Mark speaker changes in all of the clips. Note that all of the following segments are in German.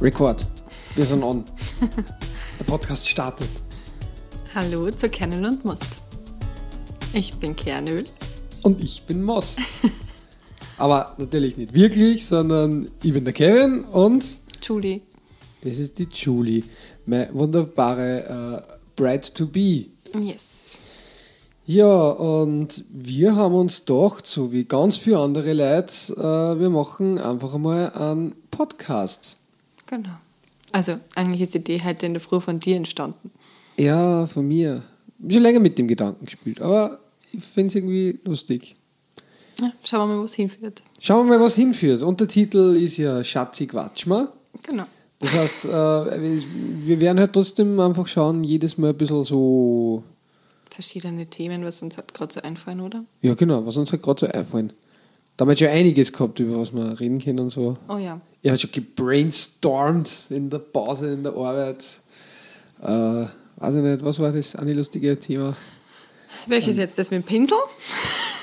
Speaker 1: Record. Wir sind on. Der Podcast startet.
Speaker 2: Hallo zu Kernöl und Must. Ich bin Kernöl.
Speaker 1: Und ich bin Most. Aber natürlich nicht wirklich, sondern ich bin der Kevin und
Speaker 2: Julie.
Speaker 1: das ist die Julie. Meine wunderbare äh, Bride to Be.
Speaker 2: Yes.
Speaker 1: Ja, und wir haben uns gedacht, so wie ganz viele andere Leute, äh, wir machen einfach mal einen Podcast.
Speaker 2: Genau. Also, eigentlich ist die Idee heute in der Früh von dir entstanden.
Speaker 1: Ja, von mir. Ich hab schon länger mit dem Gedanken gespielt, aber ich finde es irgendwie lustig.
Speaker 2: Ja, schauen wir mal, wo es hinführt.
Speaker 1: Schauen wir mal, was hinführt. Untertitel ist ja Schatzi Quatschma.
Speaker 2: Genau.
Speaker 1: Das heißt, äh, wir wir werden halt trotzdem einfach schauen, jedes Mal ein bisschen so.
Speaker 2: Verschiedene Themen, was uns halt gerade so einfallen, oder?
Speaker 1: Ja, genau, was uns halt gerade so einfallen. Da haben wir schon einiges gehabt, über was wir reden können und so.
Speaker 2: Oh ja.
Speaker 1: Ich habe schon gebrainstormt in der Pause, in der Arbeit. Äh, weiß ich nicht, was war das eine lustige Thema?
Speaker 2: Welches jetzt? Das mit dem Pinsel?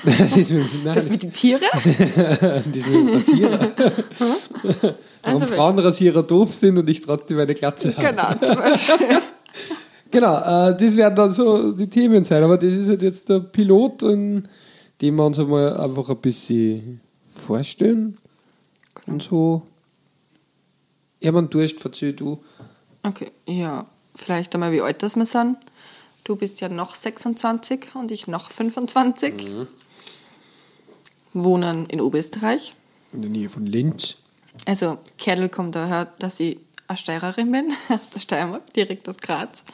Speaker 1: das ist mir, nein,
Speaker 2: Das mit den Tieren?
Speaker 1: die sind Rasierer. Warum
Speaker 2: Also welche?
Speaker 1: Frauenrasierer doof sind und ich trotzdem eine Glatze habe.
Speaker 2: genau, zum Beispiel.
Speaker 1: Genau, äh, das werden dann so die Themen sein, aber das ist halt jetzt der Pilot, in dem wir uns einmal einfach ein bisschen vorstellen und so. Ich habe einen Durst, verzeih du.
Speaker 2: Okay, ja. Vielleicht einmal, wie alt das wir sind. Du bist ja noch 26 und ich noch 25. Wohnen in Oberösterreich.
Speaker 1: In der Nähe von Linz.
Speaker 2: Also, Kerl kommt daher, dass ich eine Steirerin bin, aus der Steiermark, direkt aus Graz.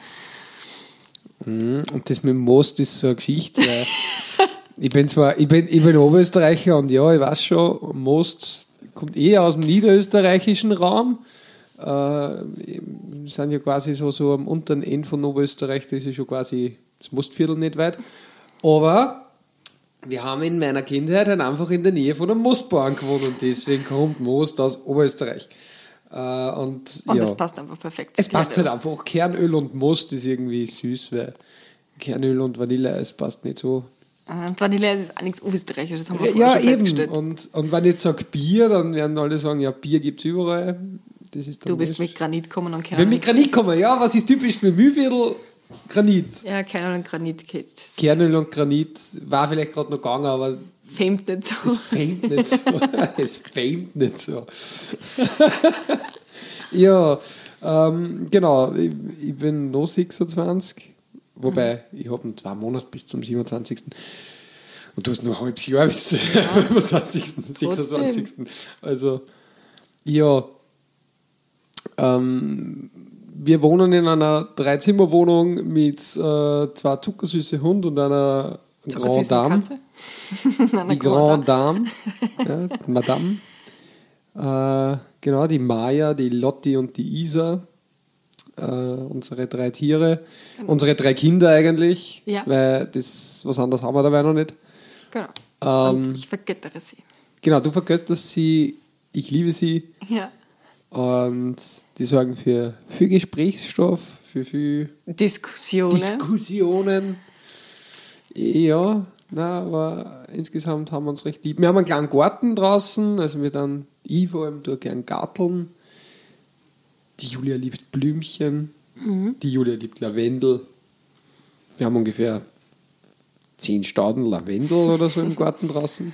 Speaker 1: Mhm, Und das mit dem Most ist so eine Geschichte. Weil ich bin zwar, ich bin, ich bin Oberösterreicher und ja, ich weiß schon, Most kommt eher aus dem niederösterreichischen Raum. Äh, wir sind ja quasi so, so am unteren Ende von Oberösterreich, das ist ja schon quasi das Mostviertel nicht weit. Aber wir haben in meiner Kindheit halt einfach in der Nähe von einem Mostbauern gewohnt und deswegen kommt Most aus Oberösterreich. Äh, und ja.
Speaker 2: Und das passt einfach perfekt. zu
Speaker 1: Es passt
Speaker 2: Kerl.
Speaker 1: halt einfach. Kernöl und Most ist irgendwie süß, weil Kernöl und Vanilleeis passt nicht so.
Speaker 2: Und Vanille ist auch nichts Österreichisches, das haben wir vorher
Speaker 1: Ja,
Speaker 2: schon
Speaker 1: eben.
Speaker 2: festgestellt.
Speaker 1: Und, und wenn ich jetzt sage Bier, dann werden alle sagen, ja, Bier gibt es überall. Das ist dann
Speaker 2: du bist
Speaker 1: wurscht.
Speaker 2: mit Granit gekommen und Kerl.
Speaker 1: Wenn mit Granit kommen, ja, was ist typisch für Mühlviertel? Granit.
Speaker 2: ja, Kerl und Granit geht. Das
Speaker 1: Kernöl und Granit war vielleicht gerade noch gegangen, aber
Speaker 2: famt nicht so.
Speaker 1: es famt nicht so. es famt nicht so. ja, ähm, genau. Ich, ich bin noch 26. Wobei, ich habe noch zwei Monate bis zum 27. Und du hast noch ein halbes Jahr bis zum 25., 26. Also, ja. Ähm, wir wohnen in einer Dreizimmerwohnung mit äh, zwei zuckersüße Hund und einer Grand Dame die Grand Dame, ja, Madame. Äh, genau, die Maya, die Lotti und die Isa. Äh, unsere drei Tiere. Unsere drei Kinder eigentlich.
Speaker 2: Genau. Ja.
Speaker 1: Weil das, was anderes haben wir dabei noch nicht.
Speaker 2: Genau.
Speaker 1: Ähm,
Speaker 2: und ich vergöttere sie.
Speaker 1: Genau, du vergötterst sie, ich liebe sie.
Speaker 2: Ja.
Speaker 1: Und die sorgen für viel Gesprächsstoff, für viel
Speaker 2: Diskussionen.
Speaker 1: Diskussionen. Ja, na, aber insgesamt haben wir uns recht lieb. Wir haben einen kleinen Garten draußen, also wir dann, ich vor allem tue gern Garteln. Die Julia liebt Blümchen. Die Julia liebt Lavendel. Wir haben ungefähr zehn Stauden Lavendel oder so im Garten draußen.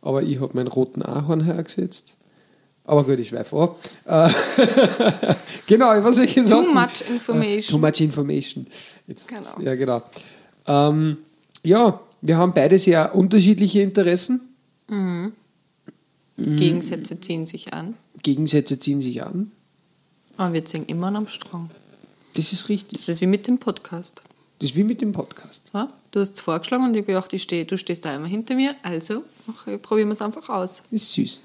Speaker 1: Aber ich habe meinen roten Ahorn hergesetzt. Aber gut, ich schweife ab. Äh, genau, was ich jetzt
Speaker 2: Too
Speaker 1: sagen-
Speaker 2: much
Speaker 1: Too
Speaker 2: information.
Speaker 1: much information. Jetzt,
Speaker 2: Genau.
Speaker 1: Ja, genau. Ähm, ja, wir haben beide sehr unterschiedliche Interessen.
Speaker 2: Gegensätze ziehen sich an.
Speaker 1: Gegensätze ziehen sich an.
Speaker 2: Aber wir ziehen immer am Strang.
Speaker 1: Das ist richtig.
Speaker 2: Das ist wie mit dem Podcast.
Speaker 1: Das ist wie mit dem Podcast.
Speaker 2: Ja, du hast es vorgeschlagen und ich bin auch, die stehe, du stehst da immer hinter mir, also mach, probieren wir es einfach aus.
Speaker 1: Das ist süß.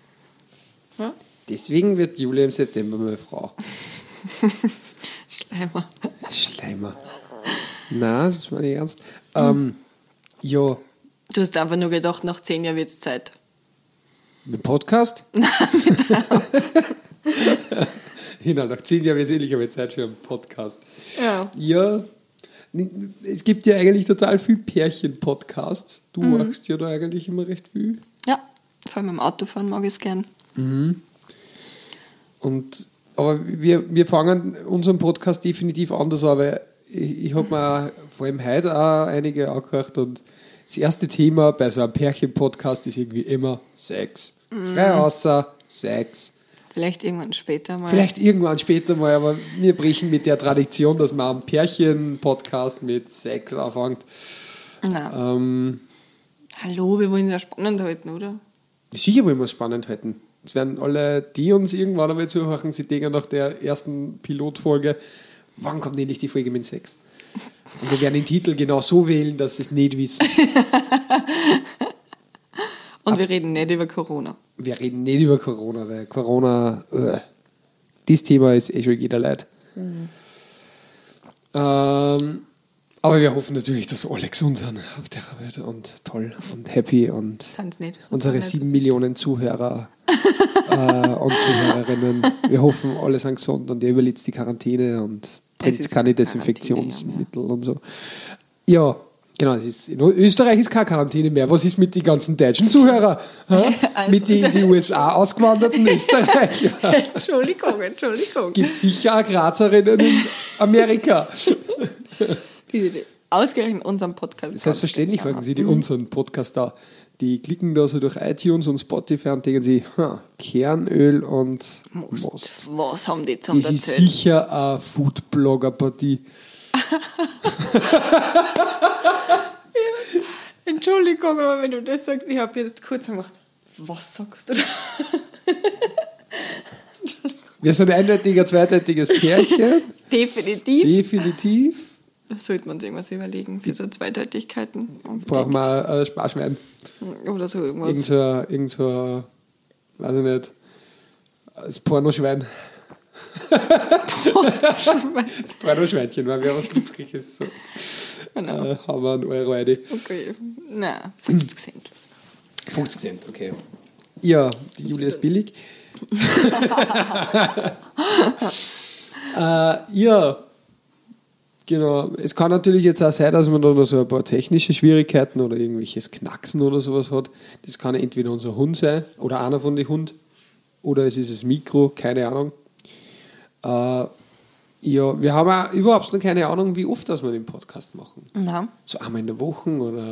Speaker 2: Ja?
Speaker 1: Deswegen wird Julia im September meine Frau.
Speaker 2: Schleimer.
Speaker 1: Schleimer. Na, das war nicht ernst. Ähm, ja,
Speaker 2: Du hast einfach nur gedacht, nach zehn Jahren wird es Zeit.
Speaker 1: mit Podcast? Nein, Genau, nach zehn Jahren wird es endlich einmal Zeit für einen Podcast.
Speaker 2: Ja.
Speaker 1: Ja, es gibt ja eigentlich total viel Pärchen-Podcasts. Du machst ja da eigentlich immer recht viel.
Speaker 2: Ja, vor allem beim Autofahren mag ich es gern.
Speaker 1: Und Aber wir, wir fangen unseren Podcast definitiv anders an, weil ich, ich habe mir auch vor allem heute auch einige angehört und das erste Thema bei so einem Pärchen-Podcast ist irgendwie immer Sex. Frei außer Sex.
Speaker 2: Vielleicht irgendwann später mal.
Speaker 1: Vielleicht irgendwann später mal, aber wir brechen mit der Tradition, dass man am Pärchen-Podcast mit Sex anfängt.
Speaker 2: Na.
Speaker 1: Ähm,
Speaker 2: Hallo, wir wollen es ja spannend halten, oder?
Speaker 1: sicher wollen wir es spannend halten. Es werden alle, die uns irgendwann einmal zuhören, sie denken nach der ersten Pilotfolge, wann kommt endlich die Folge mit Sex? Und wir werden den Titel genau so wählen, dass sie es nicht wissen.
Speaker 2: Und wir reden nicht über Corona.
Speaker 1: Wir reden nicht über Corona, weil Corona, äh, dieses Thema ist eh schon jeder leid. Ähm, aber wir hoffen natürlich, dass alle gesund sind auf der Welt und toll und happy und
Speaker 2: Sind es nicht.
Speaker 1: unsere
Speaker 2: Sind's nicht.
Speaker 1: sieben Millionen Zuhörer äh, und Zuhörerinnen. Wir hoffen, alle sind gesund und ihr überlebt die Quarantäne und trinkt
Speaker 2: ist
Speaker 1: keine
Speaker 2: Quarantäne,
Speaker 1: Desinfektionsmittel und so. Ja, genau. Es ist, in Österreich ist keine Quarantäne mehr. Was ist mit den ganzen deutschen Zuhörern? Hä?
Speaker 2: Also-
Speaker 1: mit den in die USA ausgewanderten Österreichern?
Speaker 2: Entschuldigung, Entschuldigung.
Speaker 1: Gibt sicher auch Grazerinnen in Amerika.
Speaker 2: Die- die- Ausgerechnet unserem Podcast.
Speaker 1: Selbstverständlich
Speaker 2: ganz
Speaker 1: hören sie die unseren Podcast da. Die klicken da so durch iTunes und Spotify und denken sie, ha, Kernöl und
Speaker 2: genau.
Speaker 1: Most.
Speaker 2: Most. Was haben die zum
Speaker 1: Das ist
Speaker 2: erzählen?
Speaker 1: sicher eine Foodblogger-Partie.
Speaker 2: Entschuldigung, aber wenn du das sagst, ich habe jetzt kurz gemacht. Was sagst du da?
Speaker 1: Wir sind ein eindeutiger, zweideutiges Pärchen,
Speaker 2: Definitiv.
Speaker 1: definitiv.
Speaker 2: Da sollte man uns irgendwas überlegen für so Zweideutigkeiten.
Speaker 1: Brauchen wir ein Sparschwein.
Speaker 2: Oder so irgendwas.
Speaker 1: Irgend so, ein- irgend so, ein, weiß ich nicht, das Pornoschwein. Das Pornoschweinchen, weil wir was Liebliches so.
Speaker 2: genau.
Speaker 1: Äh, haben wir einen Euro rein.
Speaker 2: Okay. Na, 50 Cent lassen
Speaker 1: 50 Cent, okay. Ja, die Julia ist billig. äh, ja, genau. Es kann natürlich jetzt auch sein, dass man da noch so ein paar technische Schwierigkeiten oder irgendwelches Knacksen oder sowas hat. Das kann entweder unser Hund sein oder einer von den Hund oder es ist das Mikro, keine Ahnung. Äh, ja, wir haben auch überhaupt noch keine Ahnung, wie oft dass wir den Podcast machen
Speaker 2: wir. Na,
Speaker 1: so einmal in der Woche oder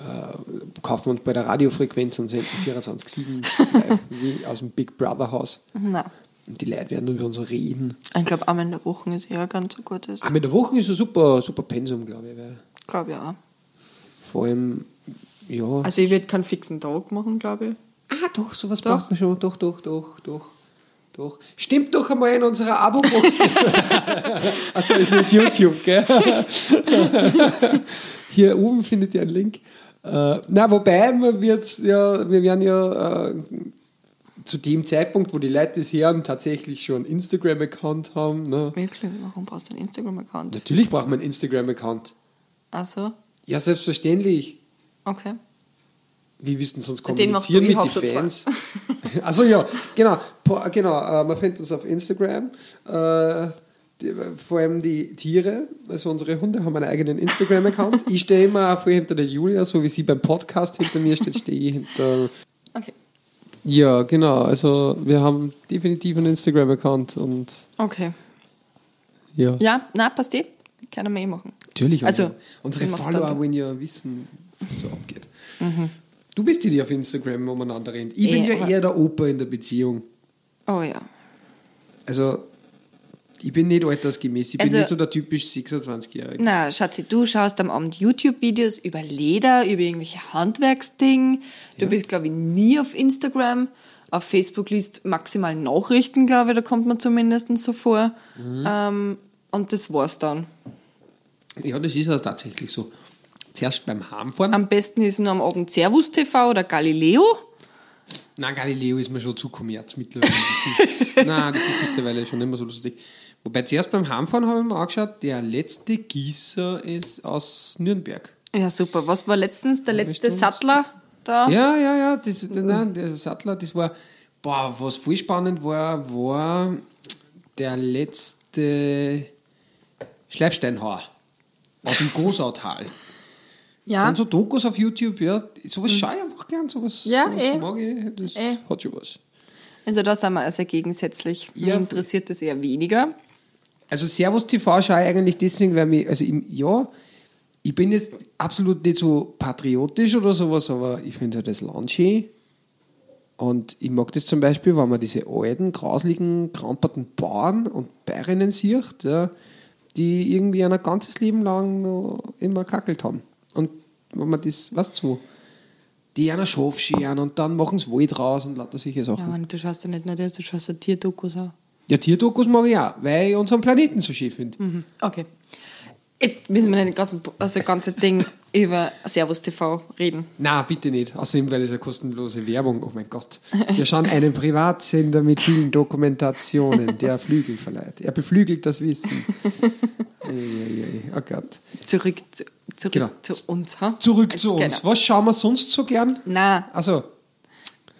Speaker 1: äh, kaufen wir uns bei der Radiofrequenz und senden 24-7 live, wie aus dem Big Brother Haus.
Speaker 2: na.
Speaker 1: Und die Leute werden über uns so reden.
Speaker 2: Ich glaube, einmal in der Woche ist eher ganz ein gutes.
Speaker 1: Einmal in der Woche ist ein super, super Pensum, glaube ich. Weil
Speaker 2: Glaube ja.
Speaker 1: vor allem, ja.
Speaker 2: Also, ich werde keinen fixen Tag machen, glaube ich.
Speaker 1: ah, doch, sowas
Speaker 2: Doch.
Speaker 1: braucht man schon. Doch, doch, doch, doch. Doch. Stimmt doch einmal in unserer Abo-Box. also ist nicht YouTube, gell? Hier oben findet ihr einen Link. Äh, na, wobei, man wird's ja, wir werden ja äh, zu dem Zeitpunkt, wo die Leute das hören, tatsächlich schon einen Instagram-Account haben. Ne?
Speaker 2: Wirklich? Warum brauchst du einen Instagram-Account?
Speaker 1: Natürlich braucht man einen Instagram-Account.
Speaker 2: Also,
Speaker 1: Ja, selbstverständlich.
Speaker 2: okay.
Speaker 1: Wie wissen Sie uns
Speaker 2: Den machst du, eh
Speaker 1: kommunizieren
Speaker 2: ich hab
Speaker 1: mit
Speaker 2: schon
Speaker 1: den Fans? Also ja, genau. Po- genau äh, man findet uns auf Instagram. Äh, die, vor allem die Tiere, also unsere Hunde haben einen eigenen Instagram-Account. ich stehe immer auch voll hinter der Julia, so wie sie beim Podcast hinter mir steht, stehe ich hinter.
Speaker 2: Okay.
Speaker 1: Ja, genau. Also wir haben definitiv einen Instagram-Account und
Speaker 2: Okay.
Speaker 1: ja.
Speaker 2: Ja, na, passt eh. Kann man eh machen.
Speaker 1: Natürlich.
Speaker 2: Also,
Speaker 1: unsere- unsere
Speaker 2: du machst
Speaker 1: Follower
Speaker 2: dann-
Speaker 1: wollen ja wissen, was so abgeht. Du bist die, die auf Instagram umeinander rennt. Ich bin
Speaker 2: Eh,
Speaker 1: ja
Speaker 2: aber-
Speaker 1: eher der Opa in der Beziehung.
Speaker 2: Oh ja.
Speaker 1: Also, ich bin nicht altersgemäß. Ich
Speaker 2: Also-
Speaker 1: bin nicht so der typisch 26-Jährige.
Speaker 2: Na, Schatzi, du schaust am Abend YouTube-Videos über Leder, über irgendwelche Handwerksdinge. Du bist, glaube ich, nie auf Instagram. Auf Facebook liest maximal Nachrichten, glaube ich, da kommt man zumindest so vor. Ähm, und das war's dann.
Speaker 1: Ja, das ist ja tatsächlich so. Zuerst beim Heimfahren.
Speaker 2: Mhm. Am besten ist nur am Abend Servus TV oder Galileo.
Speaker 1: Nein, Galileo ist mir schon zu kommerz mittlerweile. Das ist, nein, das ist mittlerweile schon immer so lustig. Wobei zuerst beim Heimfahren habe ich mir angeschaut, der letzte Gießer ist aus Nürnberg.
Speaker 2: Ja, super. Was war letztens der letzte
Speaker 1: stimmt.
Speaker 2: Sattler da?
Speaker 1: Ja, ja, ja, das, nein, der Sattler, das war, boah, was voll spannend war, war der letzte Schleifsteinhauer aus dem Großautal. Das
Speaker 2: Ja, Hm.
Speaker 1: sind so Dokus auf YouTube, ja, sowas schaue ich einfach gern, sowas,
Speaker 2: Ja,
Speaker 1: sowas
Speaker 2: eh.
Speaker 1: mag ich, das
Speaker 2: Eh.
Speaker 1: hat schon was.
Speaker 2: Also da sind wir also gegensätzlich. Mich
Speaker 1: Ja.
Speaker 2: interessiert das eher weniger.
Speaker 1: Also Servus TV schaue ich eigentlich deswegen, weil mich, also im, ja, ich bin jetzt absolut nicht so patriotisch oder sowas, aber ich finde halt das Land schön. Und ich mag das zum Beispiel, wenn man diese alten, grausligen, kramperten Bauern und Bäuerinnen sieht, ja, die irgendwie ein ganzes Leben lang noch immer kackelt haben. Und wenn man das, was so, die einer Schaf scheren und dann machen sie Wald raus und lauter solche
Speaker 2: Ja,
Speaker 1: Sachen.
Speaker 2: Mann, du schaust ja nicht nur das, du schaust ja Tierdokus auch.
Speaker 1: Ja, Tierdokus mag ich auch, weil ich unseren Planeten so schön finde.
Speaker 2: Mhm. Okay. Jetzt müssen wir nicht das ganze, also das ganze Ding über Servus TV reden.
Speaker 1: Na, bitte nicht. Also, Außerdem wäre das eine kostenlose Werbung. Oh mein Gott. Wir schauen einen Privatsender mit vielen Dokumentationen, der Flügel verleiht. Er beflügelt das Wissen. Eieiei. Oh Gott.
Speaker 2: Zurück, zu, zurück
Speaker 1: Genau.
Speaker 2: zu uns. Ha?
Speaker 1: Zurück zu uns.
Speaker 2: Genau.
Speaker 1: Was schauen wir sonst so gern?
Speaker 2: Nein,
Speaker 1: Also,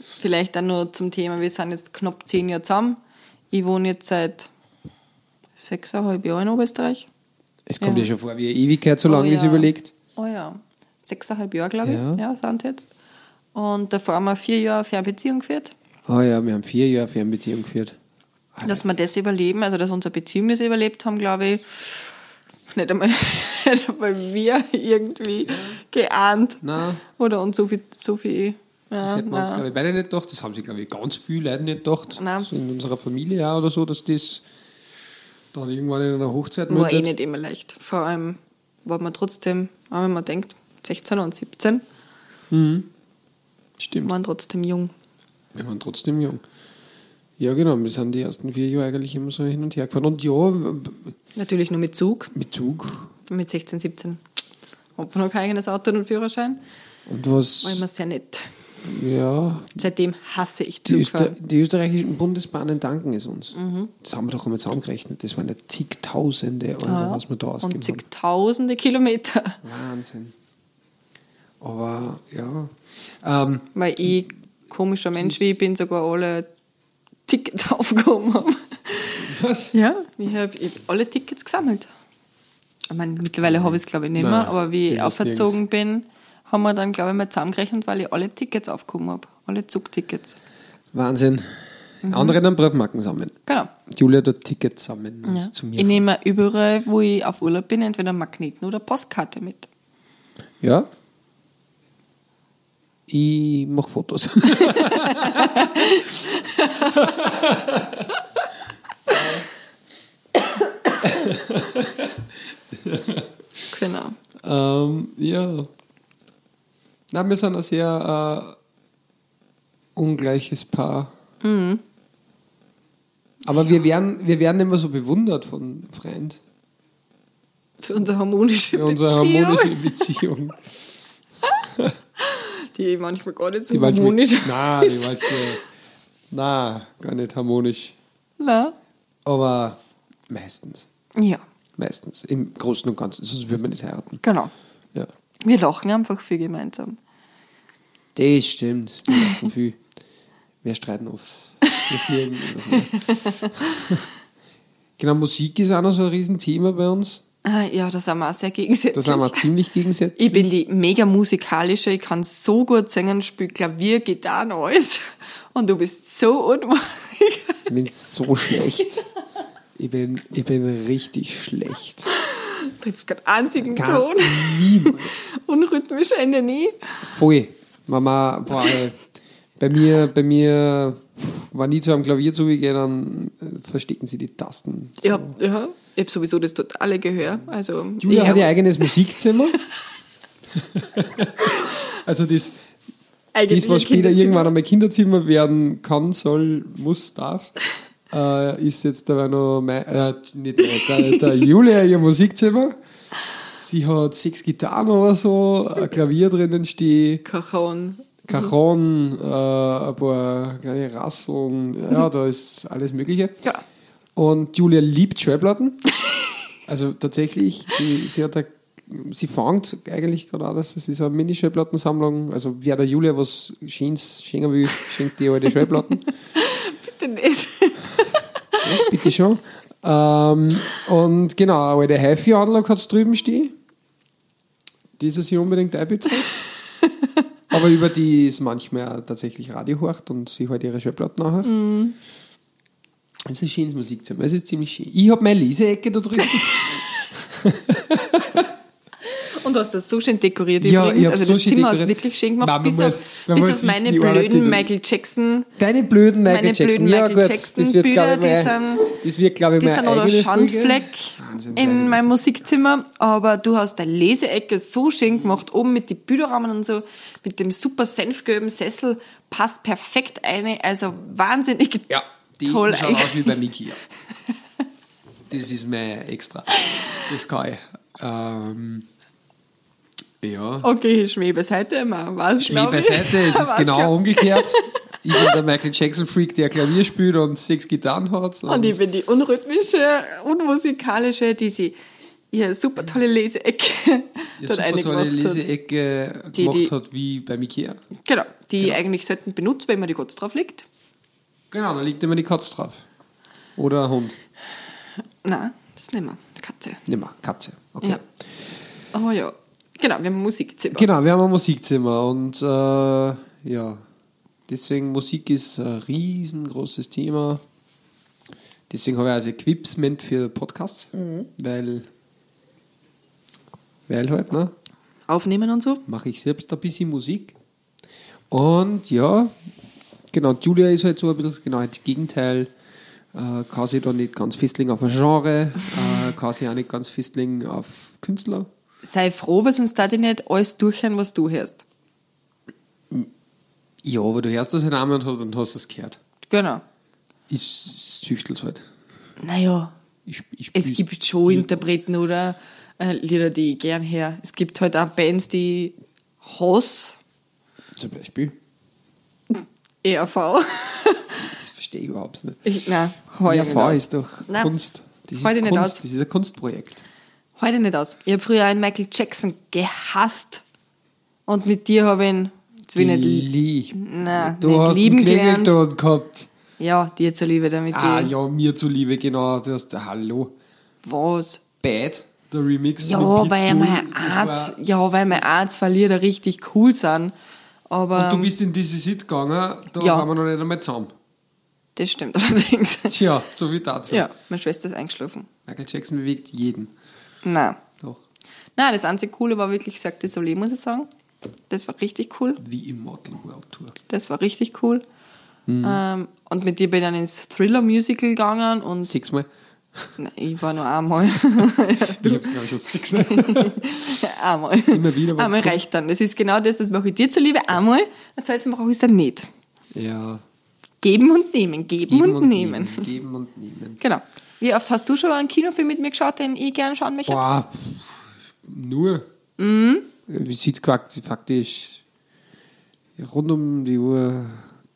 Speaker 2: Vielleicht dann nur zum Thema, wir sind jetzt knapp zehn Jahre zusammen. Ich wohne jetzt seit sechseinhalb Jahren in Oberösterreich.
Speaker 1: es kommt ja,
Speaker 2: Ja.
Speaker 1: schon vor wie eine Ewigkeit, solange ich es
Speaker 2: ja.
Speaker 1: überlegt.
Speaker 2: Oh ja, sechseinhalb Jahre, glaube ich.
Speaker 1: Ja.
Speaker 2: Ja, sind jetzt. Und davor haben wir vier Jahre Fernbeziehung geführt.
Speaker 1: Oh ja, wir haben vier Jahre Fernbeziehung geführt.
Speaker 2: Dass wir das überleben, also dass unsere Beziehung das überlebt haben, glaube ich, nicht einmal, nicht einmal wir irgendwie geahnt.
Speaker 1: Nein.
Speaker 2: Oder uns so viel. So viel
Speaker 1: Das
Speaker 2: ja,
Speaker 1: hätten wir uns,
Speaker 2: nein.
Speaker 1: glaube ich, beide nicht gedacht. Das haben sich, glaube ich, ganz viele Leute nicht gedacht.
Speaker 2: Nein.
Speaker 1: So in unserer Familie auch oder so, dass das dann irgendwann in einer Hochzeit
Speaker 2: War eh
Speaker 1: mündet.
Speaker 2: nicht immer leicht. Vor allem war man trotzdem, auch wenn man denkt, 16 und 17,
Speaker 1: Stimmt.
Speaker 2: waren trotzdem jung.
Speaker 1: Wir waren trotzdem jung. Ja, genau, wir sind die ersten vier Jahre eigentlich immer so hin und her gefahren. Und ja,
Speaker 2: Natürlich nur mit Zug,
Speaker 1: mit Zug.
Speaker 2: mit 16, 17. Hat man noch kein eigenes Auto und einen Führerschein?
Speaker 1: Und
Speaker 2: War
Speaker 1: was,
Speaker 2: immer sehr nett.
Speaker 1: ja,
Speaker 2: Seitdem hasse ich
Speaker 1: die, Öster
Speaker 2: Zugfahren.
Speaker 1: die österreichischen Bundesbahnen danken es uns.
Speaker 2: Mhm.
Speaker 1: Das haben wir doch einmal zusammengerechnet. Das waren ja zigtausende Euro,
Speaker 2: Ja,
Speaker 1: was wir da
Speaker 2: und
Speaker 1: ausgegeben haben.
Speaker 2: zigtausende Kilometer.
Speaker 1: Wahnsinn. Aber ja. Ähm,
Speaker 2: Weil ich, komischer Mensch wie ich bin, sogar alle Tickets aufgehoben habe.
Speaker 1: was?
Speaker 2: Ja, ich habe alle Tickets gesammelt. Ich meine, mittlerweile habe ich es, glaube ich, nicht mehr,
Speaker 1: Nein,
Speaker 2: aber wie
Speaker 1: die
Speaker 2: ich
Speaker 1: ist
Speaker 2: auferzogen bin, haben wir dann, glaube ich, mal zusammengerechnet, weil ich alle Tickets aufgehoben habe. Alle Zugtickets.
Speaker 1: Wahnsinn.
Speaker 2: Mhm.
Speaker 1: Andere dann Briefmarken sammeln.
Speaker 2: Genau.
Speaker 1: Julia dort Tickets sammeln. und
Speaker 2: Ja.
Speaker 1: es Zu mir
Speaker 2: Ich nehme überall, wo ich auf Urlaub bin, entweder Magneten oder Postkarte mit.
Speaker 1: Ja. Ich mache Fotos.
Speaker 2: Genau.
Speaker 1: ähm, ja. Nein, wir sind ein sehr äh, ungleiches Paar. Aber wir werden, wir werden immer so bewundert von Freund
Speaker 2: Für unsere harmonische
Speaker 1: für unsere
Speaker 2: Beziehung,
Speaker 1: harmonische Beziehung.
Speaker 2: die manchmal gar nicht so
Speaker 1: Die manchmal-
Speaker 2: harmonisch
Speaker 1: Nein, die
Speaker 2: ist.
Speaker 1: manchmal, nein, gar nicht harmonisch.
Speaker 2: Na?
Speaker 1: Aber meistens.
Speaker 2: Ja,
Speaker 1: Meistens. Im Großen und Ganzen. Sonst würden wir nicht heiraten.
Speaker 2: genau.
Speaker 1: Ja.
Speaker 2: Wir lachen einfach viel gemeinsam.
Speaker 1: Das stimmt. Wir lachen viel. Wir streiten oft. Wir fliegen über das Meer. genau, Musik ist auch noch so ein Riesenthema bei uns.
Speaker 2: Ah, ja, da sind wir auch sehr gegensätzlich.
Speaker 1: Da sind wir ziemlich gegensätzlich.
Speaker 2: Ich bin die mega musikalische, ich kann so gut singen, spiele Klavier, Gitarre, alles. Und du bist so unmusikalisch.
Speaker 1: Ich bin so schlecht. Ich bin, ich bin richtig schlecht.
Speaker 2: Triffst keinen einzigen
Speaker 1: Gar
Speaker 2: Ton.
Speaker 1: niemals.
Speaker 2: Unrhythmisch Ende nie.
Speaker 1: Voll. Mama, boah, ey. bei mir, bei mir pff, war nie zu einem Klavier zugegangen, dann äh, verstecken sie die Tasten.
Speaker 2: Ich hab, ja, ich hab sowieso das totale Gehör. Also,
Speaker 1: Julia
Speaker 2: ich
Speaker 1: hat ihr
Speaker 2: hab
Speaker 1: eigenes Musikzimmer. also das,
Speaker 2: eigentlich
Speaker 1: das, was
Speaker 2: ein
Speaker 1: später
Speaker 2: Kinderzimmer.
Speaker 1: irgendwann einmal Kinderzimmer werden kann, soll, muss, darf, äh, ist jetzt dabei noch mein, äh, nicht mein, der, der Julia ihr Musikzimmer. Sie hat sechs Gitarren oder so, ein Klavier drinnen stehen,
Speaker 2: Cajon.
Speaker 1: Cajon, äh, ein paar kleine Rasseln, ja, da ist alles Mögliche.
Speaker 2: Ja.
Speaker 1: Und Julia liebt Schallplatten. also tatsächlich, die, sie hat da, sie fängt eigentlich gerade an, dass es ist eine Mini-Schallplattensammlung. Also wer der Julia was Schönes schenken will, schenkt die alte Schallplatten.
Speaker 2: Bitte nicht.
Speaker 1: ja, bitte schon. Ähm, und genau, eine alte HiFi-Anlage hat es drüben stehen. Dieses hier unbedingt einbezahlt. Aber über die ist manchmal auch tatsächlich Radio hört und sie halt ihre Schallplatten nachhört.
Speaker 2: Mm.
Speaker 1: Es ist ein schönes Musikzimmer, es ist ziemlich schön. Ich habe meine Leseecke da drüben.
Speaker 2: Und hast das so schön dekoriert
Speaker 1: Ja, ich
Speaker 2: übrigens.
Speaker 1: hab's
Speaker 2: Also
Speaker 1: so
Speaker 2: das
Speaker 1: schön
Speaker 2: Zimmer hast du
Speaker 1: dekoriert.
Speaker 2: wirklich schön gemacht,
Speaker 1: Nein, man
Speaker 2: bis,
Speaker 1: muss- man
Speaker 2: auf, bis
Speaker 1: muss
Speaker 2: auf meine
Speaker 1: wissen, die Arbeit, die
Speaker 2: blöden
Speaker 1: du-
Speaker 2: Michael Jackson.
Speaker 1: Deine blöden Michael
Speaker 2: Meine blöden
Speaker 1: Jackson.
Speaker 2: Michael
Speaker 1: das wird,
Speaker 2: Jackson-Bilder,
Speaker 1: glaube ich,
Speaker 2: die
Speaker 1: mein, das wird, glaub ich,
Speaker 2: Die
Speaker 1: mein
Speaker 2: sind oder
Speaker 1: eigenes Folge.
Speaker 2: Schandfleck
Speaker 1: Wahnsinn,
Speaker 2: in
Speaker 1: Leute.
Speaker 2: meinem Musikzimmer, aber du hast deine Leseecke so schön gemacht, oben mit den Bilderrahmen und so, mit dem super senfgelben Sessel, passt perfekt eine, also wahnsinnig
Speaker 1: Ja, die
Speaker 2: toll
Speaker 1: schauen
Speaker 2: eigentlich.
Speaker 1: aus wie bei Miki. Ja. Das ist mein Extra. Das kann ich. Ähm, ja.
Speaker 2: Okay, Schmäh beiseite, man weiß,
Speaker 1: Schmäh
Speaker 2: glaub ich.
Speaker 1: beiseite, es ist
Speaker 2: Weiß,
Speaker 1: genau
Speaker 2: glaub-
Speaker 1: umgekehrt. Ich bin der Michael Jackson-Freak, der Klavier spielt und sechs Gitarren hat.
Speaker 2: Und ich bin die unrhythmische, unmusikalische, die sie ihre super tolle Leseecke
Speaker 1: eine
Speaker 2: dort
Speaker 1: super tolle
Speaker 2: eingemacht hat.
Speaker 1: Leseecke
Speaker 2: Die-
Speaker 1: gemacht
Speaker 2: die-
Speaker 1: hat, wie bei Ikea.
Speaker 2: Genau, die eigentlich selten benutzt, wenn man die kurz drauf legt.
Speaker 1: Genau, da liegt immer die Katze drauf. Oder ein Hund.
Speaker 2: Nein, das nehmen wir. Katze.
Speaker 1: Nimmer, Katze. Okay.
Speaker 2: Ja. Oh ja. Genau, wir haben ein Musikzimmer.
Speaker 1: Genau, wir haben ein Musikzimmer und äh, ja, deswegen Musik ist ein riesengroßes Thema. Deswegen habe ich also Equipment für Podcasts, weil, weil halt, ne,
Speaker 2: Aufnehmen und so.
Speaker 1: mache ich selbst ein bisschen Musik. Und ja, genau, Julia ist halt so ein bisschen genau das Gegenteil. Äh, kann sie da nicht ganz festlegen auf ein Genre, äh, kann sie auch nicht ganz festlegen auf Künstler.
Speaker 2: Sei froh, weil sonst da ich nicht alles durchhören, was du hörst.
Speaker 1: Ja, aber du hörst das halt einmal und hast, dann hast du es gehört.
Speaker 2: Genau.
Speaker 1: Ich züchtel's halt.
Speaker 2: Naja,
Speaker 1: Ich, ich
Speaker 2: es
Speaker 1: spiel's
Speaker 2: gibt schon
Speaker 1: dir.
Speaker 2: Interpreten oder äh, Lieder, die ich gern höre. Es gibt halt auch Bands, die Hass,
Speaker 1: Zum Beispiel.
Speaker 2: ERV.
Speaker 1: Das verstehe ich überhaupt nicht.
Speaker 2: Ich, nein, heute nicht
Speaker 1: ERV
Speaker 2: aus.
Speaker 1: ist doch
Speaker 2: Nein,
Speaker 1: Kunst. Das
Speaker 2: hau
Speaker 1: ist
Speaker 2: ich nicht
Speaker 1: Kunst.
Speaker 2: aus.
Speaker 1: Das ist ein Kunstprojekt.
Speaker 2: Heute nicht aus. Ich habe früher einen Michael Jackson gehasst. Und mit dir habe ich ihn, jetzt will ich nicht,
Speaker 1: Lieb.
Speaker 2: Nein,
Speaker 1: du
Speaker 2: nicht
Speaker 1: hast
Speaker 2: lieben
Speaker 1: einen
Speaker 2: gelernt.
Speaker 1: Klingelton gehabt.
Speaker 2: ja, dir zuliebe, damit
Speaker 1: Ah
Speaker 2: ich,
Speaker 1: ja, mir zuliebe, genau. Du hast, hallo,
Speaker 2: was?
Speaker 1: Bad, der Remix
Speaker 2: Ja,
Speaker 1: von
Speaker 2: weil
Speaker 1: Pitbull.
Speaker 2: mein
Speaker 1: Das
Speaker 2: Arzt,
Speaker 1: war-
Speaker 2: ja, weil mein Arzt verliert richtig cool sind. Aber
Speaker 1: Und du bist in dieses Sit gegangen, da
Speaker 2: ähm, Ja.
Speaker 1: waren wir noch nicht einmal zusammen.
Speaker 2: das stimmt allerdings.
Speaker 1: Tja, so wie dazu.
Speaker 2: Ja, meine Schwester ist eingeschlafen.
Speaker 1: Michael Jackson bewegt jeden.
Speaker 2: Nein.
Speaker 1: Doch,
Speaker 2: Nein, das einzige Coole war wirklich Sagte Soleil, muss ich sagen. Das war richtig cool.
Speaker 1: The Immortal World Tour.
Speaker 2: Das war richtig cool.
Speaker 1: Mhm.
Speaker 2: Ähm, und mit dir bin ich dann ins Thriller-Musical gegangen und
Speaker 1: Sechsmal.
Speaker 2: nein, ich war nur einmal.
Speaker 1: Du liebst, glaube ich, schon sechsmal.
Speaker 2: einmal.
Speaker 1: Immer wieder, wenn's
Speaker 2: Einmal
Speaker 1: kommt.
Speaker 2: reicht dann. Das ist genau das, das mache ich dir zuliebe. Einmal, ein zweites Mal brauche ich es dann nicht.
Speaker 1: Ja.
Speaker 2: Geben und nehmen, geben, und, nehmen.
Speaker 1: Geben und nehmen.
Speaker 2: Genau. Wie oft hast du schon einen Kinofilm mit mir geschaut, den ich gerne schauen möchte?
Speaker 1: Boah, pff, nur. Wie sieht faktisch rund um die Uhr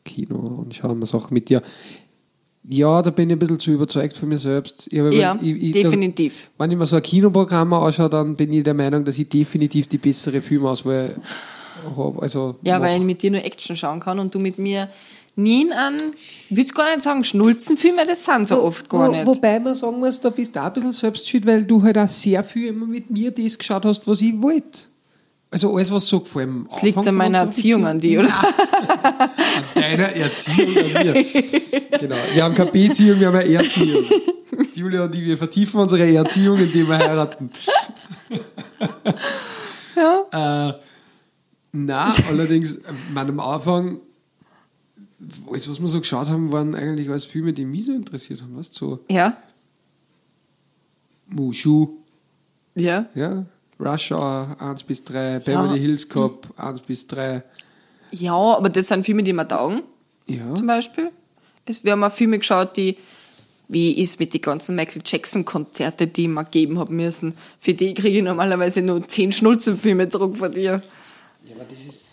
Speaker 1: Kino und schauen wir Sachen mit dir. Ja, da bin ich ein bisschen zu überzeugt von mir selbst. Ich habe
Speaker 2: Ja,
Speaker 1: über- ich- ich-
Speaker 2: definitiv.
Speaker 1: Da, wenn ich mir so ein Kinoprogramm anschaue, dann bin ich der Meinung, dass ich definitiv die bessere Filmauswahl habe. Also,
Speaker 2: Ja, weil ich
Speaker 1: mach.
Speaker 2: mit dir nur Action schauen kann und du mit mir nie an, würd's gar nicht sagen, Schnulzenfilme, das sind so oft gar
Speaker 1: Wo-
Speaker 2: nicht.
Speaker 1: Wobei man sagen muss, da bist du auch ein bisschen selbst schuld, weil du halt auch sehr viel immer mit mir das geschaut hast, was ich wollte. Also alles, was so vor allem
Speaker 2: Das liegt an meiner Erziehung an die, oder?
Speaker 1: An deiner Erziehung an mir. genau. Wir haben keine Beziehung, wir haben eine Erziehung. Die Julia und ich, wir vertiefen unsere Erziehung, indem wir heiraten. ja. Äh, na, allerdings, man am Anfang, alles, was wir so geschaut haben, waren eigentlich alles Filme, die mich so interessiert haben. Weißt du, so
Speaker 2: Ja, Mushu. Ja,
Speaker 1: ja, Rush Hour 1 bis 3, Beverly Hills Cop 1 bis 3.
Speaker 2: ja, aber das sind Filme, die mir taugen,
Speaker 1: Ja.
Speaker 2: zum Beispiel. Es, wir haben auch Filme geschaut, die, wie ist mit den ganzen Michael Jackson-Konzerte, die ich mir geben haben müssen. Für die kriege ich normalerweise nur zehn Schnulzenfilme zurück von dir.
Speaker 1: Ja, aber das ist.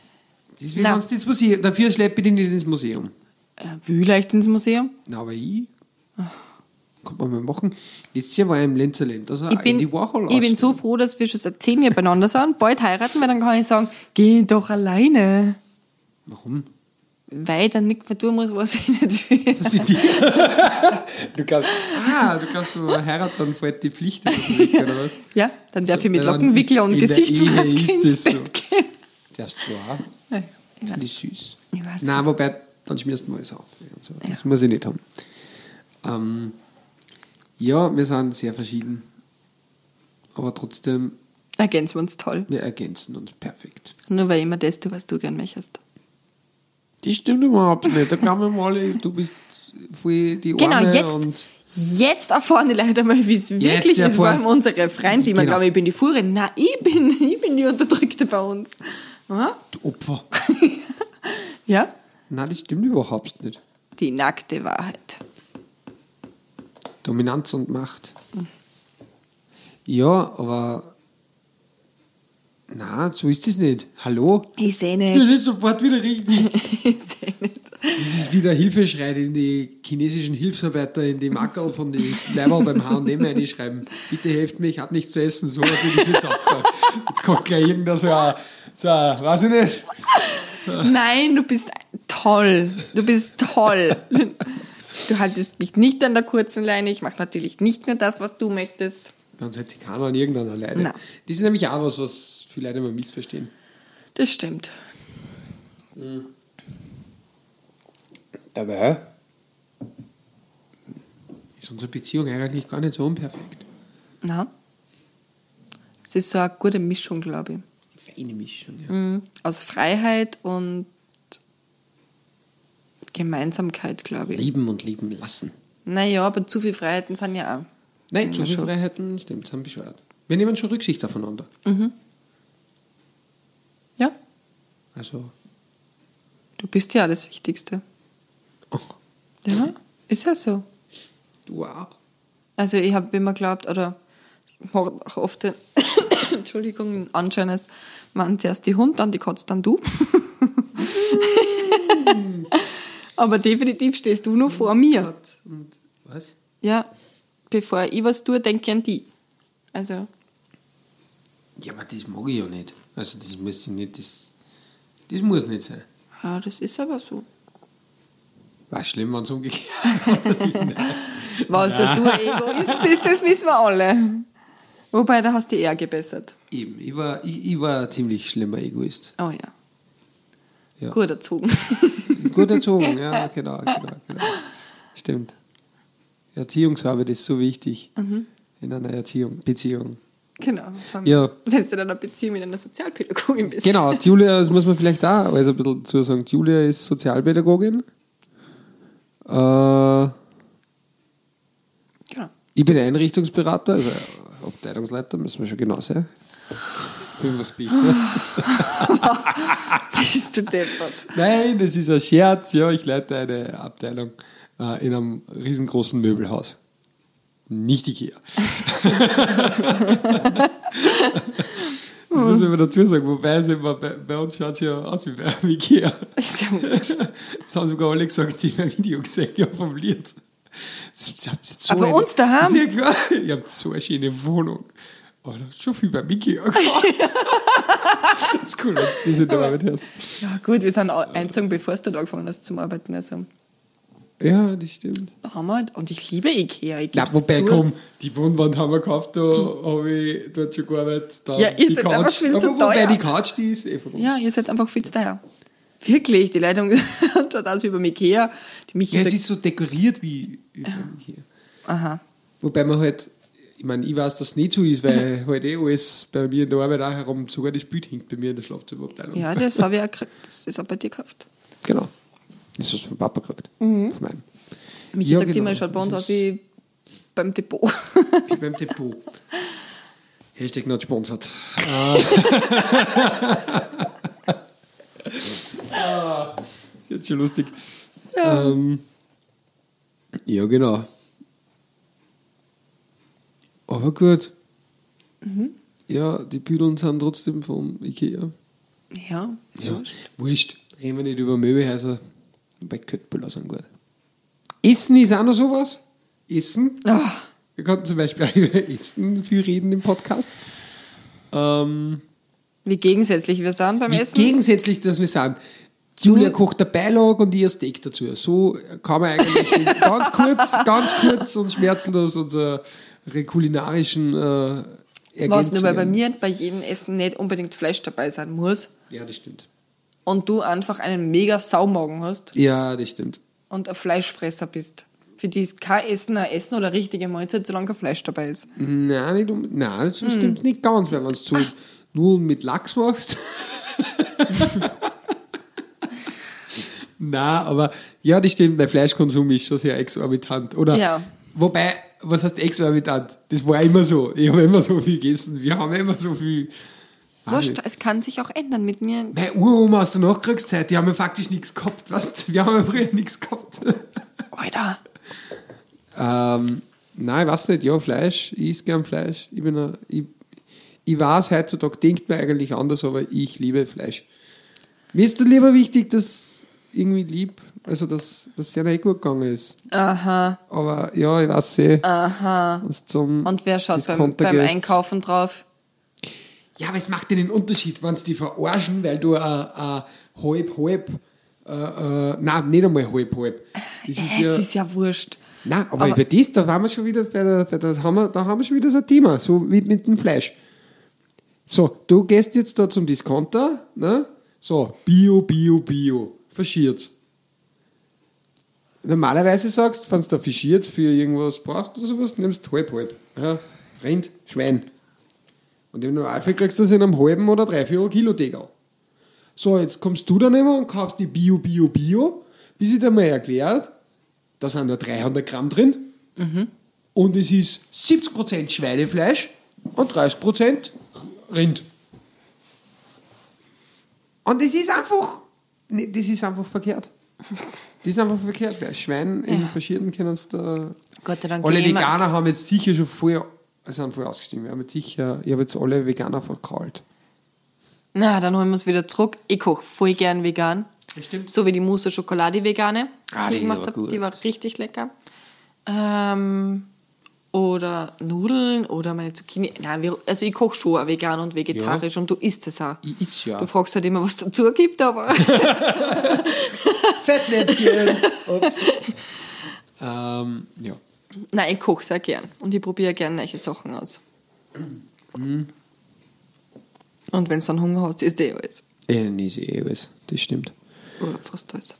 Speaker 1: Das ist wie
Speaker 2: Nein.
Speaker 1: wenn's ins Museum. Dafür schleppe ich dich nicht ins Museum.
Speaker 2: Äh, Wie leicht ins Museum?
Speaker 1: Na, aber ich. Kommt man mal machen. Letztes Jahr war ich im Lenzerland. Also
Speaker 2: Ich bin,
Speaker 1: die Warhol
Speaker 2: ich bin so froh, dass wir schon seit zehn Jahren beieinander sind, bald heiraten, weil dann kann ich sagen, geh doch alleine.
Speaker 1: Warum?
Speaker 2: Weil ich dann nicht vertun muss, was ich nicht will.
Speaker 1: Was mit dir? du glaubst. Ah, du glaubst, wenn man heiratet, dann fällt die Pflicht aus dem Weg, oder was?
Speaker 2: Ja, dann darf
Speaker 1: So,
Speaker 2: ich mit
Speaker 1: weil dann
Speaker 2: Lockenwickler
Speaker 1: ist-
Speaker 2: und
Speaker 1: in der Ehe
Speaker 2: Gesichtsmaske
Speaker 1: ist
Speaker 2: ins
Speaker 1: das
Speaker 2: Bett gehen.
Speaker 1: Darfst du auch?
Speaker 2: Nein, Ich
Speaker 1: Finde
Speaker 2: weiß.
Speaker 1: ich süß.
Speaker 2: Ich weiß
Speaker 1: Nein, wobei, dann schmierst du mal alles auf. Also, Das
Speaker 2: Ja.
Speaker 1: muss ich nicht haben. Ähm, ja, wir sind sehr verschieden. Aber trotzdem,
Speaker 2: Ergänzen wir uns toll.
Speaker 1: wir ergänzen uns perfekt.
Speaker 2: Nur weil immer das, du was du gern möchtest.
Speaker 1: Das stimmt überhaupt nicht. Da kann man mal, du bist voll die
Speaker 2: Genau,
Speaker 1: Arme
Speaker 2: jetzt,
Speaker 1: und
Speaker 2: jetzt erfahren die Leute mal, wie es wirklich ist, vor allem
Speaker 1: erfahren's.
Speaker 2: unsere Freunde, die immer
Speaker 1: Genau.
Speaker 2: glauben, ich bin die Fuhre. Nein, ich bin, ich bin die Unterdrückte bei uns. Ja?
Speaker 1: du Opfer.
Speaker 2: ja,
Speaker 1: Nein, das stimmt überhaupt nicht.
Speaker 2: die nackte Wahrheit.
Speaker 1: Dominanz und Macht. Ja, aber na, so ist es nicht. Hallo?
Speaker 2: Ich sehe
Speaker 1: Ich bin
Speaker 2: nicht.
Speaker 1: nicht sofort wieder richtig.
Speaker 2: Ich sehe nicht.
Speaker 1: Das ist wieder Hilfeschrei, den die chinesischen Hilfsarbeiter in die Mackerl von den Leiber beim H&M einschreiben. Bitte helft mir, ich habe nichts zu essen. So hat sich das jetzt aufgehört. Jetzt kommt gleich irgendein so ein, so ein, weiß ich nicht.
Speaker 2: Nein, du bist toll. Du bist toll. Du haltest mich nicht an der kurzen Leine. Ich mache natürlich nicht mehr das, was du möchtest.
Speaker 1: Dann hätte sich keiner an irgendeiner Leide.
Speaker 2: Nein.
Speaker 1: Das ist nämlich auch was, was viele Leute immer missverstehen.
Speaker 2: Das stimmt.
Speaker 1: Dabei ist unsere Beziehung eigentlich gar nicht so unperfekt.
Speaker 2: Na? Es ist so eine gute Mischung, glaube ich.
Speaker 1: Das ist die feine Mischung, ja.
Speaker 2: Mhm. Aus Freiheit und Gemeinsamkeit, glaube ich.
Speaker 1: Lieben und lieben lassen.
Speaker 2: Naja, aber zu viel Freiheiten sind ja auch.
Speaker 1: Nein, zu viel
Speaker 2: schon.
Speaker 1: Freiheiten, stimmt, sind bescheuert. Wir nehmen schon Rücksicht aufeinander.
Speaker 2: Ja,
Speaker 1: Also,
Speaker 2: du bist ja auch das Wichtigste.
Speaker 1: ach,
Speaker 2: Ja, ist ja so.
Speaker 1: wow.
Speaker 2: Also ich habe immer geglaubt, oder ho- hoffte, Entschuldigung, den Anschein, es waren zuerst die Hund, dann die Katz, dann du. Aber definitiv stehst du nur vor mir.
Speaker 1: Hat und was?
Speaker 2: Ja, bevor ich was tue, denke ich an die. Also,
Speaker 1: Ja, aber das mag ich ja nicht. Also, das muss ich nicht, das, das muss nicht sein.
Speaker 2: ja, das ist aber so.
Speaker 1: War schlimm, wenn es umgekehrt war. Das ist nicht.
Speaker 2: Was, dass du ein Egoist bist, das wissen wir alle. Wobei, da hast du eher gebessert.
Speaker 1: Eben, ich war, ich, ich war ein ziemlich schlimmer Egoist.
Speaker 2: Oh ja.
Speaker 1: Ja.
Speaker 2: Gut erzogen.
Speaker 1: Gut erzogen, ja, genau, genau, genau. Stimmt. Erziehungsarbeit ist so wichtig in einer Erziehung, Beziehung.
Speaker 2: genau. Von,
Speaker 1: Ja.
Speaker 2: Wenn du in einer Beziehung mit einer Sozialpädagogin bist.
Speaker 1: Genau, Julia, das muss man vielleicht da also ein bisschen zu sagen. Julia ist Sozialpädagogin. Äh,
Speaker 2: Genau.
Speaker 1: ich bin Einrichtungsberater, also Abteilungsleiter, müssen wir schon genau sein. Ich bin was besser.
Speaker 2: Bist du deppert.
Speaker 1: Nein, das ist ein Scherz. Ja, ich leite eine Abteilung äh, in einem riesengroßen Möbelhaus. Nicht Ikea. das muss man immer dazu sagen. Wobei es immer, bei, bei uns schaut es ja aus wie bei einem Ikea.
Speaker 2: Ist ja wurscht.
Speaker 1: Das haben sogar alle gesagt, die mein Video gesehen haben vom Lied. Das- ihr habt jetzt
Speaker 2: Aber
Speaker 1: eine-
Speaker 2: uns daheim.
Speaker 1: Sehr klar. Ihr habt so eine schöne Wohnung. Oh, das ist schon viel bei Mickey. das ist cool, wenn du diese dabei mit hast.
Speaker 2: Ja, gut, wir sind au- eingezogen, bevor du dort angefangen hast zum Arbeiten. Also,
Speaker 1: Ja, das stimmt.
Speaker 2: da haben wir halt. Und ich liebe Ikea. Ich
Speaker 1: Na,
Speaker 2: geb's
Speaker 1: wobei,
Speaker 2: zu.
Speaker 1: komm, die Wohnwand haben wir gekauft, da habe ich dort schon gearbeitet. Dann
Speaker 2: Ja, ist
Speaker 1: die
Speaker 2: jetzt einfach viel zu
Speaker 1: Aber wobei
Speaker 2: teuer.
Speaker 1: die Couch, die ist eh von uns.
Speaker 2: Ja, ihr seid einfach viel zu daher. Wirklich, die Leitung schaut aus wie beim Ikea. Die Michi
Speaker 1: Ja, es
Speaker 2: sagt,
Speaker 1: ist so dekoriert wie wie beim hier.
Speaker 2: aha.
Speaker 1: Wobei man halt, ich meine, ich weiß, dass es nicht so ist, weil halt eh alles bei mir in der Arbeit auch herum, sogar das Bild hängt bei mir in der Schlafzimmerabteilung.
Speaker 2: Ja, das habe ich auch gekriegt. Das ist auch bei dir gekauft.
Speaker 1: Genau. Das hast du von Papa gekriegt. Von meinem.
Speaker 2: Michi
Speaker 1: Ja,
Speaker 2: sagt
Speaker 1: genau.
Speaker 2: immer, es schaut bei uns aus wie beim Depot.
Speaker 1: Wie beim Depot. Hashtag not sponsored. Ah, ist jetzt schon lustig. Ja, ähm, ja genau. Aber gut. Ja, die Büdeln sind trotzdem vom Ikea.
Speaker 2: ja, ist ja.
Speaker 1: Ja, wurscht. Reden wir nicht über Möbelhäuser. Bei Köttbullar sind gut. Essen ist auch noch sowas. Ah. Essen.
Speaker 2: Ach,
Speaker 1: Wir konnten zum Beispiel auch über Essen viel reden im Podcast. Ähm,
Speaker 2: wie gegensätzlich wir sind beim
Speaker 1: wie
Speaker 2: Essen.
Speaker 1: gegensätzlich, dass wir sagen, Julia kocht der Beilage und ich ein Steak dazu. So kann man eigentlich in ganz kurz, ganz kurz und schmerzenlos unsere kulinarischen äh,
Speaker 2: Was nur, weil bei
Speaker 1: Ergänzungen-
Speaker 2: mir bei jedem Essen nicht unbedingt Fleisch dabei sein muss.
Speaker 1: Ja, das stimmt.
Speaker 2: und du einfach einen mega Saumagen hast
Speaker 1: Ja, das stimmt.
Speaker 2: und ein Fleischfresser bist. Für die ist kein Essen ein Essen oder richtige Mahlzeit, solange kein Fleisch dabei ist.
Speaker 1: Nein, nicht, um- nein das stimmt nicht ganz, wenn man es zu Nudeln mit Lachs macht. nein, aber ja, das stimmt, mein Fleischkonsum ist schon sehr exorbitant. Oder?
Speaker 2: Ja.
Speaker 1: Wobei, was heißt exorbitant? Das war immer so. Ich habe immer so viel gegessen. Wir haben immer so viel. Weiß
Speaker 2: Wurscht,
Speaker 1: nicht.
Speaker 2: es kann sich auch ändern mit mir.
Speaker 1: Meine Uroma aus der Nachkriegszeit, die haben ja faktisch nichts gehabt. Weißt? du? Wir haben ja früher nichts gehabt.
Speaker 2: Alter.
Speaker 1: Ähm, nein, ich weiß nicht. Ja, Fleisch. Ich esse gern Fleisch. Ich, bin ein, ich, ich weiß, heutzutage denkt man eigentlich anders, aber ich liebe Fleisch. Mir ist lieber wichtig, dass irgendwie lieb, also dass das sehr nicht gut gegangen ist.
Speaker 2: Aha. Ah.
Speaker 1: Aber ja, ich weiß eh. Aha. Zum
Speaker 2: Und wer schaut beim,
Speaker 1: Discounter
Speaker 2: beim
Speaker 1: gehst.
Speaker 2: Einkaufen drauf?
Speaker 1: Ja, aber es macht dir den Unterschied, wenn sie dich verarschen, weil du äh, äh, halb, halb, äh, äh, nein, nicht einmal halb, halb. Das
Speaker 2: Ja, es ist ja wurscht.
Speaker 1: Nein, aber,
Speaker 2: Aber-
Speaker 1: über das, da waren wir schon wieder bei der, bei der haben wir, da haben wir schon wieder so ein Thema, so wie mit dem Fleisch. So, du gehst jetzt da zum Discounter, ne? So, Bio, Bio, Bio. Verschiert's. Normalerweise sagst, wenn du da fischiert für irgendwas brauchst oder sowas, nimmst halb, halb. Ja? Rind, Schwein. Und im Normalfall kriegst du das in einem halben oder dreiviertel Kilo Degal. So, jetzt kommst du dann immer und kaufst die Bio, Bio, Bio, bis ich dir mal erklärt, da sind nur 300 Gramm drin
Speaker 2: Mhm.
Speaker 1: und es ist 70% Schweinefleisch und 30% Rind. Und das ist einfach, nee, das ist einfach verkehrt. Das ist einfach verkehrt, weil Schwein in
Speaker 2: Ja.
Speaker 1: verschiedenen können es da
Speaker 2: Gott sei Dank.
Speaker 1: alle
Speaker 2: gehen wir-
Speaker 1: Veganer haben jetzt sicher schon vorher, sind vorher ausgestiegen. Wir haben jetzt sicher, ich habe jetzt alle Veganer verkrault.
Speaker 2: Na, dann holen wir es wieder zurück. Ich koche voll gern vegan.
Speaker 1: Das stimmt.
Speaker 2: So wie die Mousse Schokolade vegane,
Speaker 1: Ah,
Speaker 2: die
Speaker 1: die
Speaker 2: ich gemacht
Speaker 1: war
Speaker 2: habe.
Speaker 1: gut.
Speaker 2: Die war richtig lecker. Ähm, oder Nudeln oder meine Zucchini. Nein, wir, also ich koche schon auch vegan und vegetarisch und du isst es auch.
Speaker 1: Ich iss ja.
Speaker 2: Du fragst halt immer, was dazu gibt, aber
Speaker 1: Fettnäpfchen! Ups. ähm, ja.
Speaker 2: nein, ich koche sehr gern und ich probiere gern neue Sachen aus.
Speaker 1: Mhm.
Speaker 2: Und wenn du dann Hunger hast, ist eh alles.
Speaker 1: Äh, nicht eh alles, das stimmt.
Speaker 2: Oder fast alles.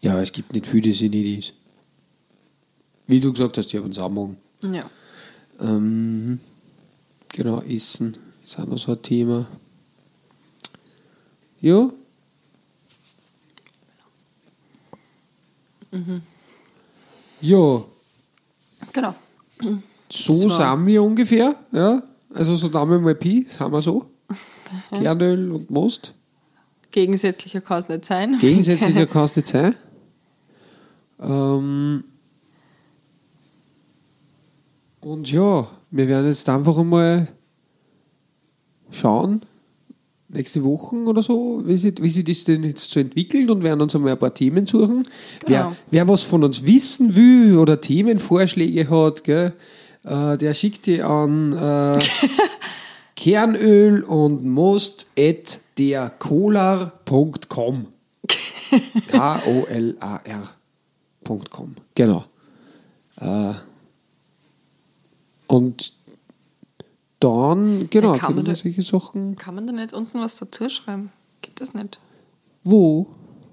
Speaker 1: Ja, es gibt nicht viel, das ich nicht ist. Wie du gesagt hast, ich habe einen Sammlung.
Speaker 2: Ja.
Speaker 1: Ähm, genau, Essen ist auch noch so ein Thema. Ja. Mhm. Ja,
Speaker 2: Genau.
Speaker 1: so
Speaker 2: So.
Speaker 1: sind wir ungefähr. Ja? Also so Daumen mal Pi, sind wir so. Kernöl und Most.
Speaker 2: Gegensätzlicher kann es nicht sein.
Speaker 1: Gegensätzlicher kann es nicht sein. Ähm, und ja, wir werden jetzt einfach einmal schauen, nächste Woche oder so, wie sich, wie sich das denn jetzt so entwickelt und werden uns einmal ein paar Themen suchen. Wer, wer was von uns wissen will oder Themenvorschläge hat, gell, äh, der schickt die an äh, kernöl und most at derkolar.com. K-O-L-A-R.com. Genau. Äh, und dann, genau,
Speaker 2: kann man
Speaker 1: können wir
Speaker 2: da-
Speaker 1: solche Sachen.
Speaker 2: Kann man da nicht unten was dazu schreiben? Geht das nicht?
Speaker 1: Wo?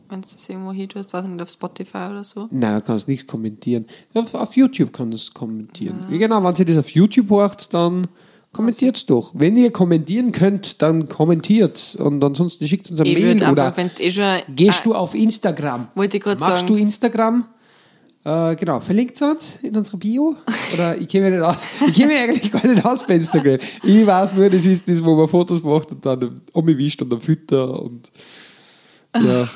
Speaker 2: Wenn du das irgendwo hier tust, weiß ich nicht, auf Spotify oder so.
Speaker 1: Nein, da kannst du nichts kommentieren. Auf, auf YouTube kann das kommentieren.
Speaker 2: Ah.
Speaker 1: Ja. Genau, wenn ihr das auf YouTube hört, dann kommentiert es
Speaker 2: Also-
Speaker 1: doch. Wenn ihr kommentieren könnt, dann kommentiert. Und ansonsten schickt uns eine
Speaker 2: Ich
Speaker 1: Mail
Speaker 2: würde
Speaker 1: oder
Speaker 2: einfach, wenn eh schon.
Speaker 1: gehst
Speaker 2: ah,
Speaker 1: du auf Instagram.
Speaker 2: Wollte ich grad
Speaker 1: Machst
Speaker 2: sagen.
Speaker 1: du Instagram? Äh, genau, verlinkt uns in unserer Bio. Oder ich kenne mich nicht aus. Ich kenne mich eigentlich gar nicht aus bei Instagram. Ich weiß nur, das ist das, wo man Fotos macht und dann umwischt und dann Fütter und ja.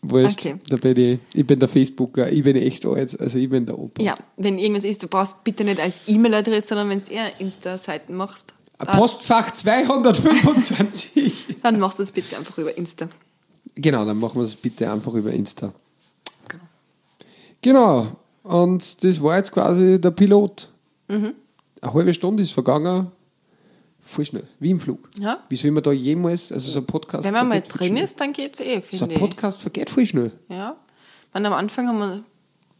Speaker 1: Weißt,
Speaker 2: Okay.
Speaker 1: da bin ich, ich bin der Facebooker, ich bin echt alt, also ich bin der Opa.
Speaker 2: Ja, wenn irgendwas ist, du brauchst bitte nicht als E-Mail-Adresse, sondern wenn du eher Insta-Seiten machst, dann,
Speaker 1: Postfach 225.
Speaker 2: dann machst du es bitte einfach über Insta.
Speaker 1: genau, dann machen wir es bitte einfach über Insta.
Speaker 2: Genau.
Speaker 1: Genau. Und das war jetzt quasi der Pilot.
Speaker 2: Mhm.
Speaker 1: Eine halbe Stunde ist vergangen. Voll schnell. Wie im Flug.
Speaker 2: Ja.
Speaker 1: Wie soll man da jemals, also so ein Podcast.
Speaker 2: Wenn man mal
Speaker 1: vergeht voll
Speaker 2: drin
Speaker 1: schnell.
Speaker 2: ist, dann geht's eh,
Speaker 1: So
Speaker 2: finde
Speaker 1: ein
Speaker 2: ich.
Speaker 1: Podcast vergeht voll schnell.
Speaker 2: Ja. Man, am Anfang haben wir,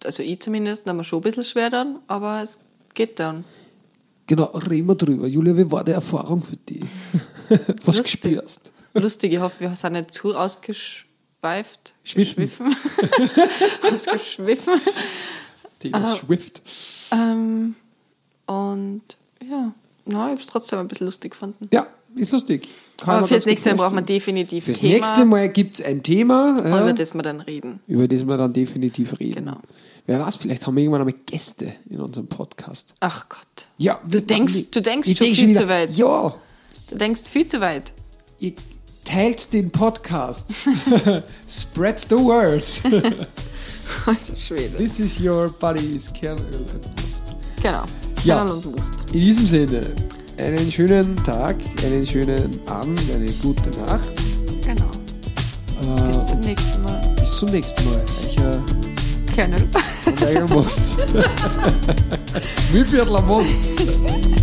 Speaker 2: also ich zumindest, haben wir schon ein bisschen schwer dann, aber es geht dann.
Speaker 1: Genau, reden wir drüber. Julia, wie war die Erfahrung für dich? Was
Speaker 2: Lustig.
Speaker 1: spürst
Speaker 2: Lustig, ich hoffe, wir sind nicht zu ausgeschweift.
Speaker 1: Schwiffen.
Speaker 2: Geschwiffen. Ausgeschwiffen.
Speaker 1: Die ist Swift.
Speaker 2: Ähm, und ja, na, ich habe es trotzdem ein bisschen lustig gefunden.
Speaker 1: Ja, ist lustig. Kann
Speaker 2: Aber
Speaker 1: man
Speaker 2: fürs
Speaker 1: ganz gut
Speaker 2: nächste Mal
Speaker 1: vorstellen.
Speaker 2: braucht man definitiv
Speaker 1: Fürs
Speaker 2: Thema,
Speaker 1: nächste Mal gibt es ein Thema, ja,
Speaker 2: über das wir dann reden.
Speaker 1: über das wir dann definitiv reden.
Speaker 2: Genau.
Speaker 1: Wer weiß, vielleicht haben wir irgendwann einmal Gäste in unserem Podcast.
Speaker 2: Ach Gott.
Speaker 1: Ja,
Speaker 2: Du denkst- du denkst
Speaker 1: ich
Speaker 2: schon
Speaker 1: denk
Speaker 2: viel
Speaker 1: wieder,
Speaker 2: zu weit.
Speaker 1: Ja,
Speaker 2: Du denkst viel zu weit.
Speaker 1: ihr teilt den Podcast. Spread the word.
Speaker 2: Alter Schwede.
Speaker 1: This is your buddy's Kernöl and Wurst.
Speaker 2: Genau.
Speaker 1: Ja.
Speaker 2: Kanon und Wurst.
Speaker 1: In diesem Sinne, einen schönen Tag, einen schönen Abend, eine gute Nacht.
Speaker 2: Genau.
Speaker 1: Äh,
Speaker 2: Bis zum nächsten Mal.
Speaker 1: bis zum nächsten Mal. Ich, äh,
Speaker 2: Kanon.
Speaker 1: Meier Most. Wie viel am Most?